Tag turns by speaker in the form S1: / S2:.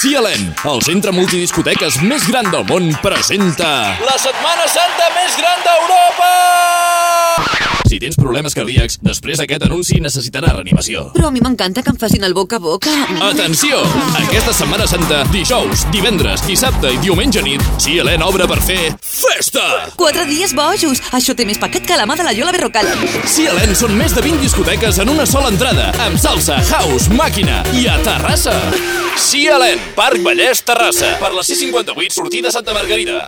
S1: CLM, el centre multidiscoteques més gran del món, presenta...
S2: La Setmana Santa més gran d'Europa!
S1: Si tens problemes cardíacs, després d'aquest anunci necessitarà reanimació.
S3: Però a mi m'encanta que em facin el boca a boca.
S1: Atenció! Aquesta Setmana Santa, dijous, divendres, dissabte i diumenge nit, CLN obre per fer... Festa!
S3: Quatre dies bojos. Això té més paquet que la mà de la Lola Berrocal.
S1: CLN són més de 20 discoteques en una sola entrada, amb salsa, house, màquina i a Terrassa. CLN, Parc Vallès, Terrassa, per la C58, sortida Santa Margarida.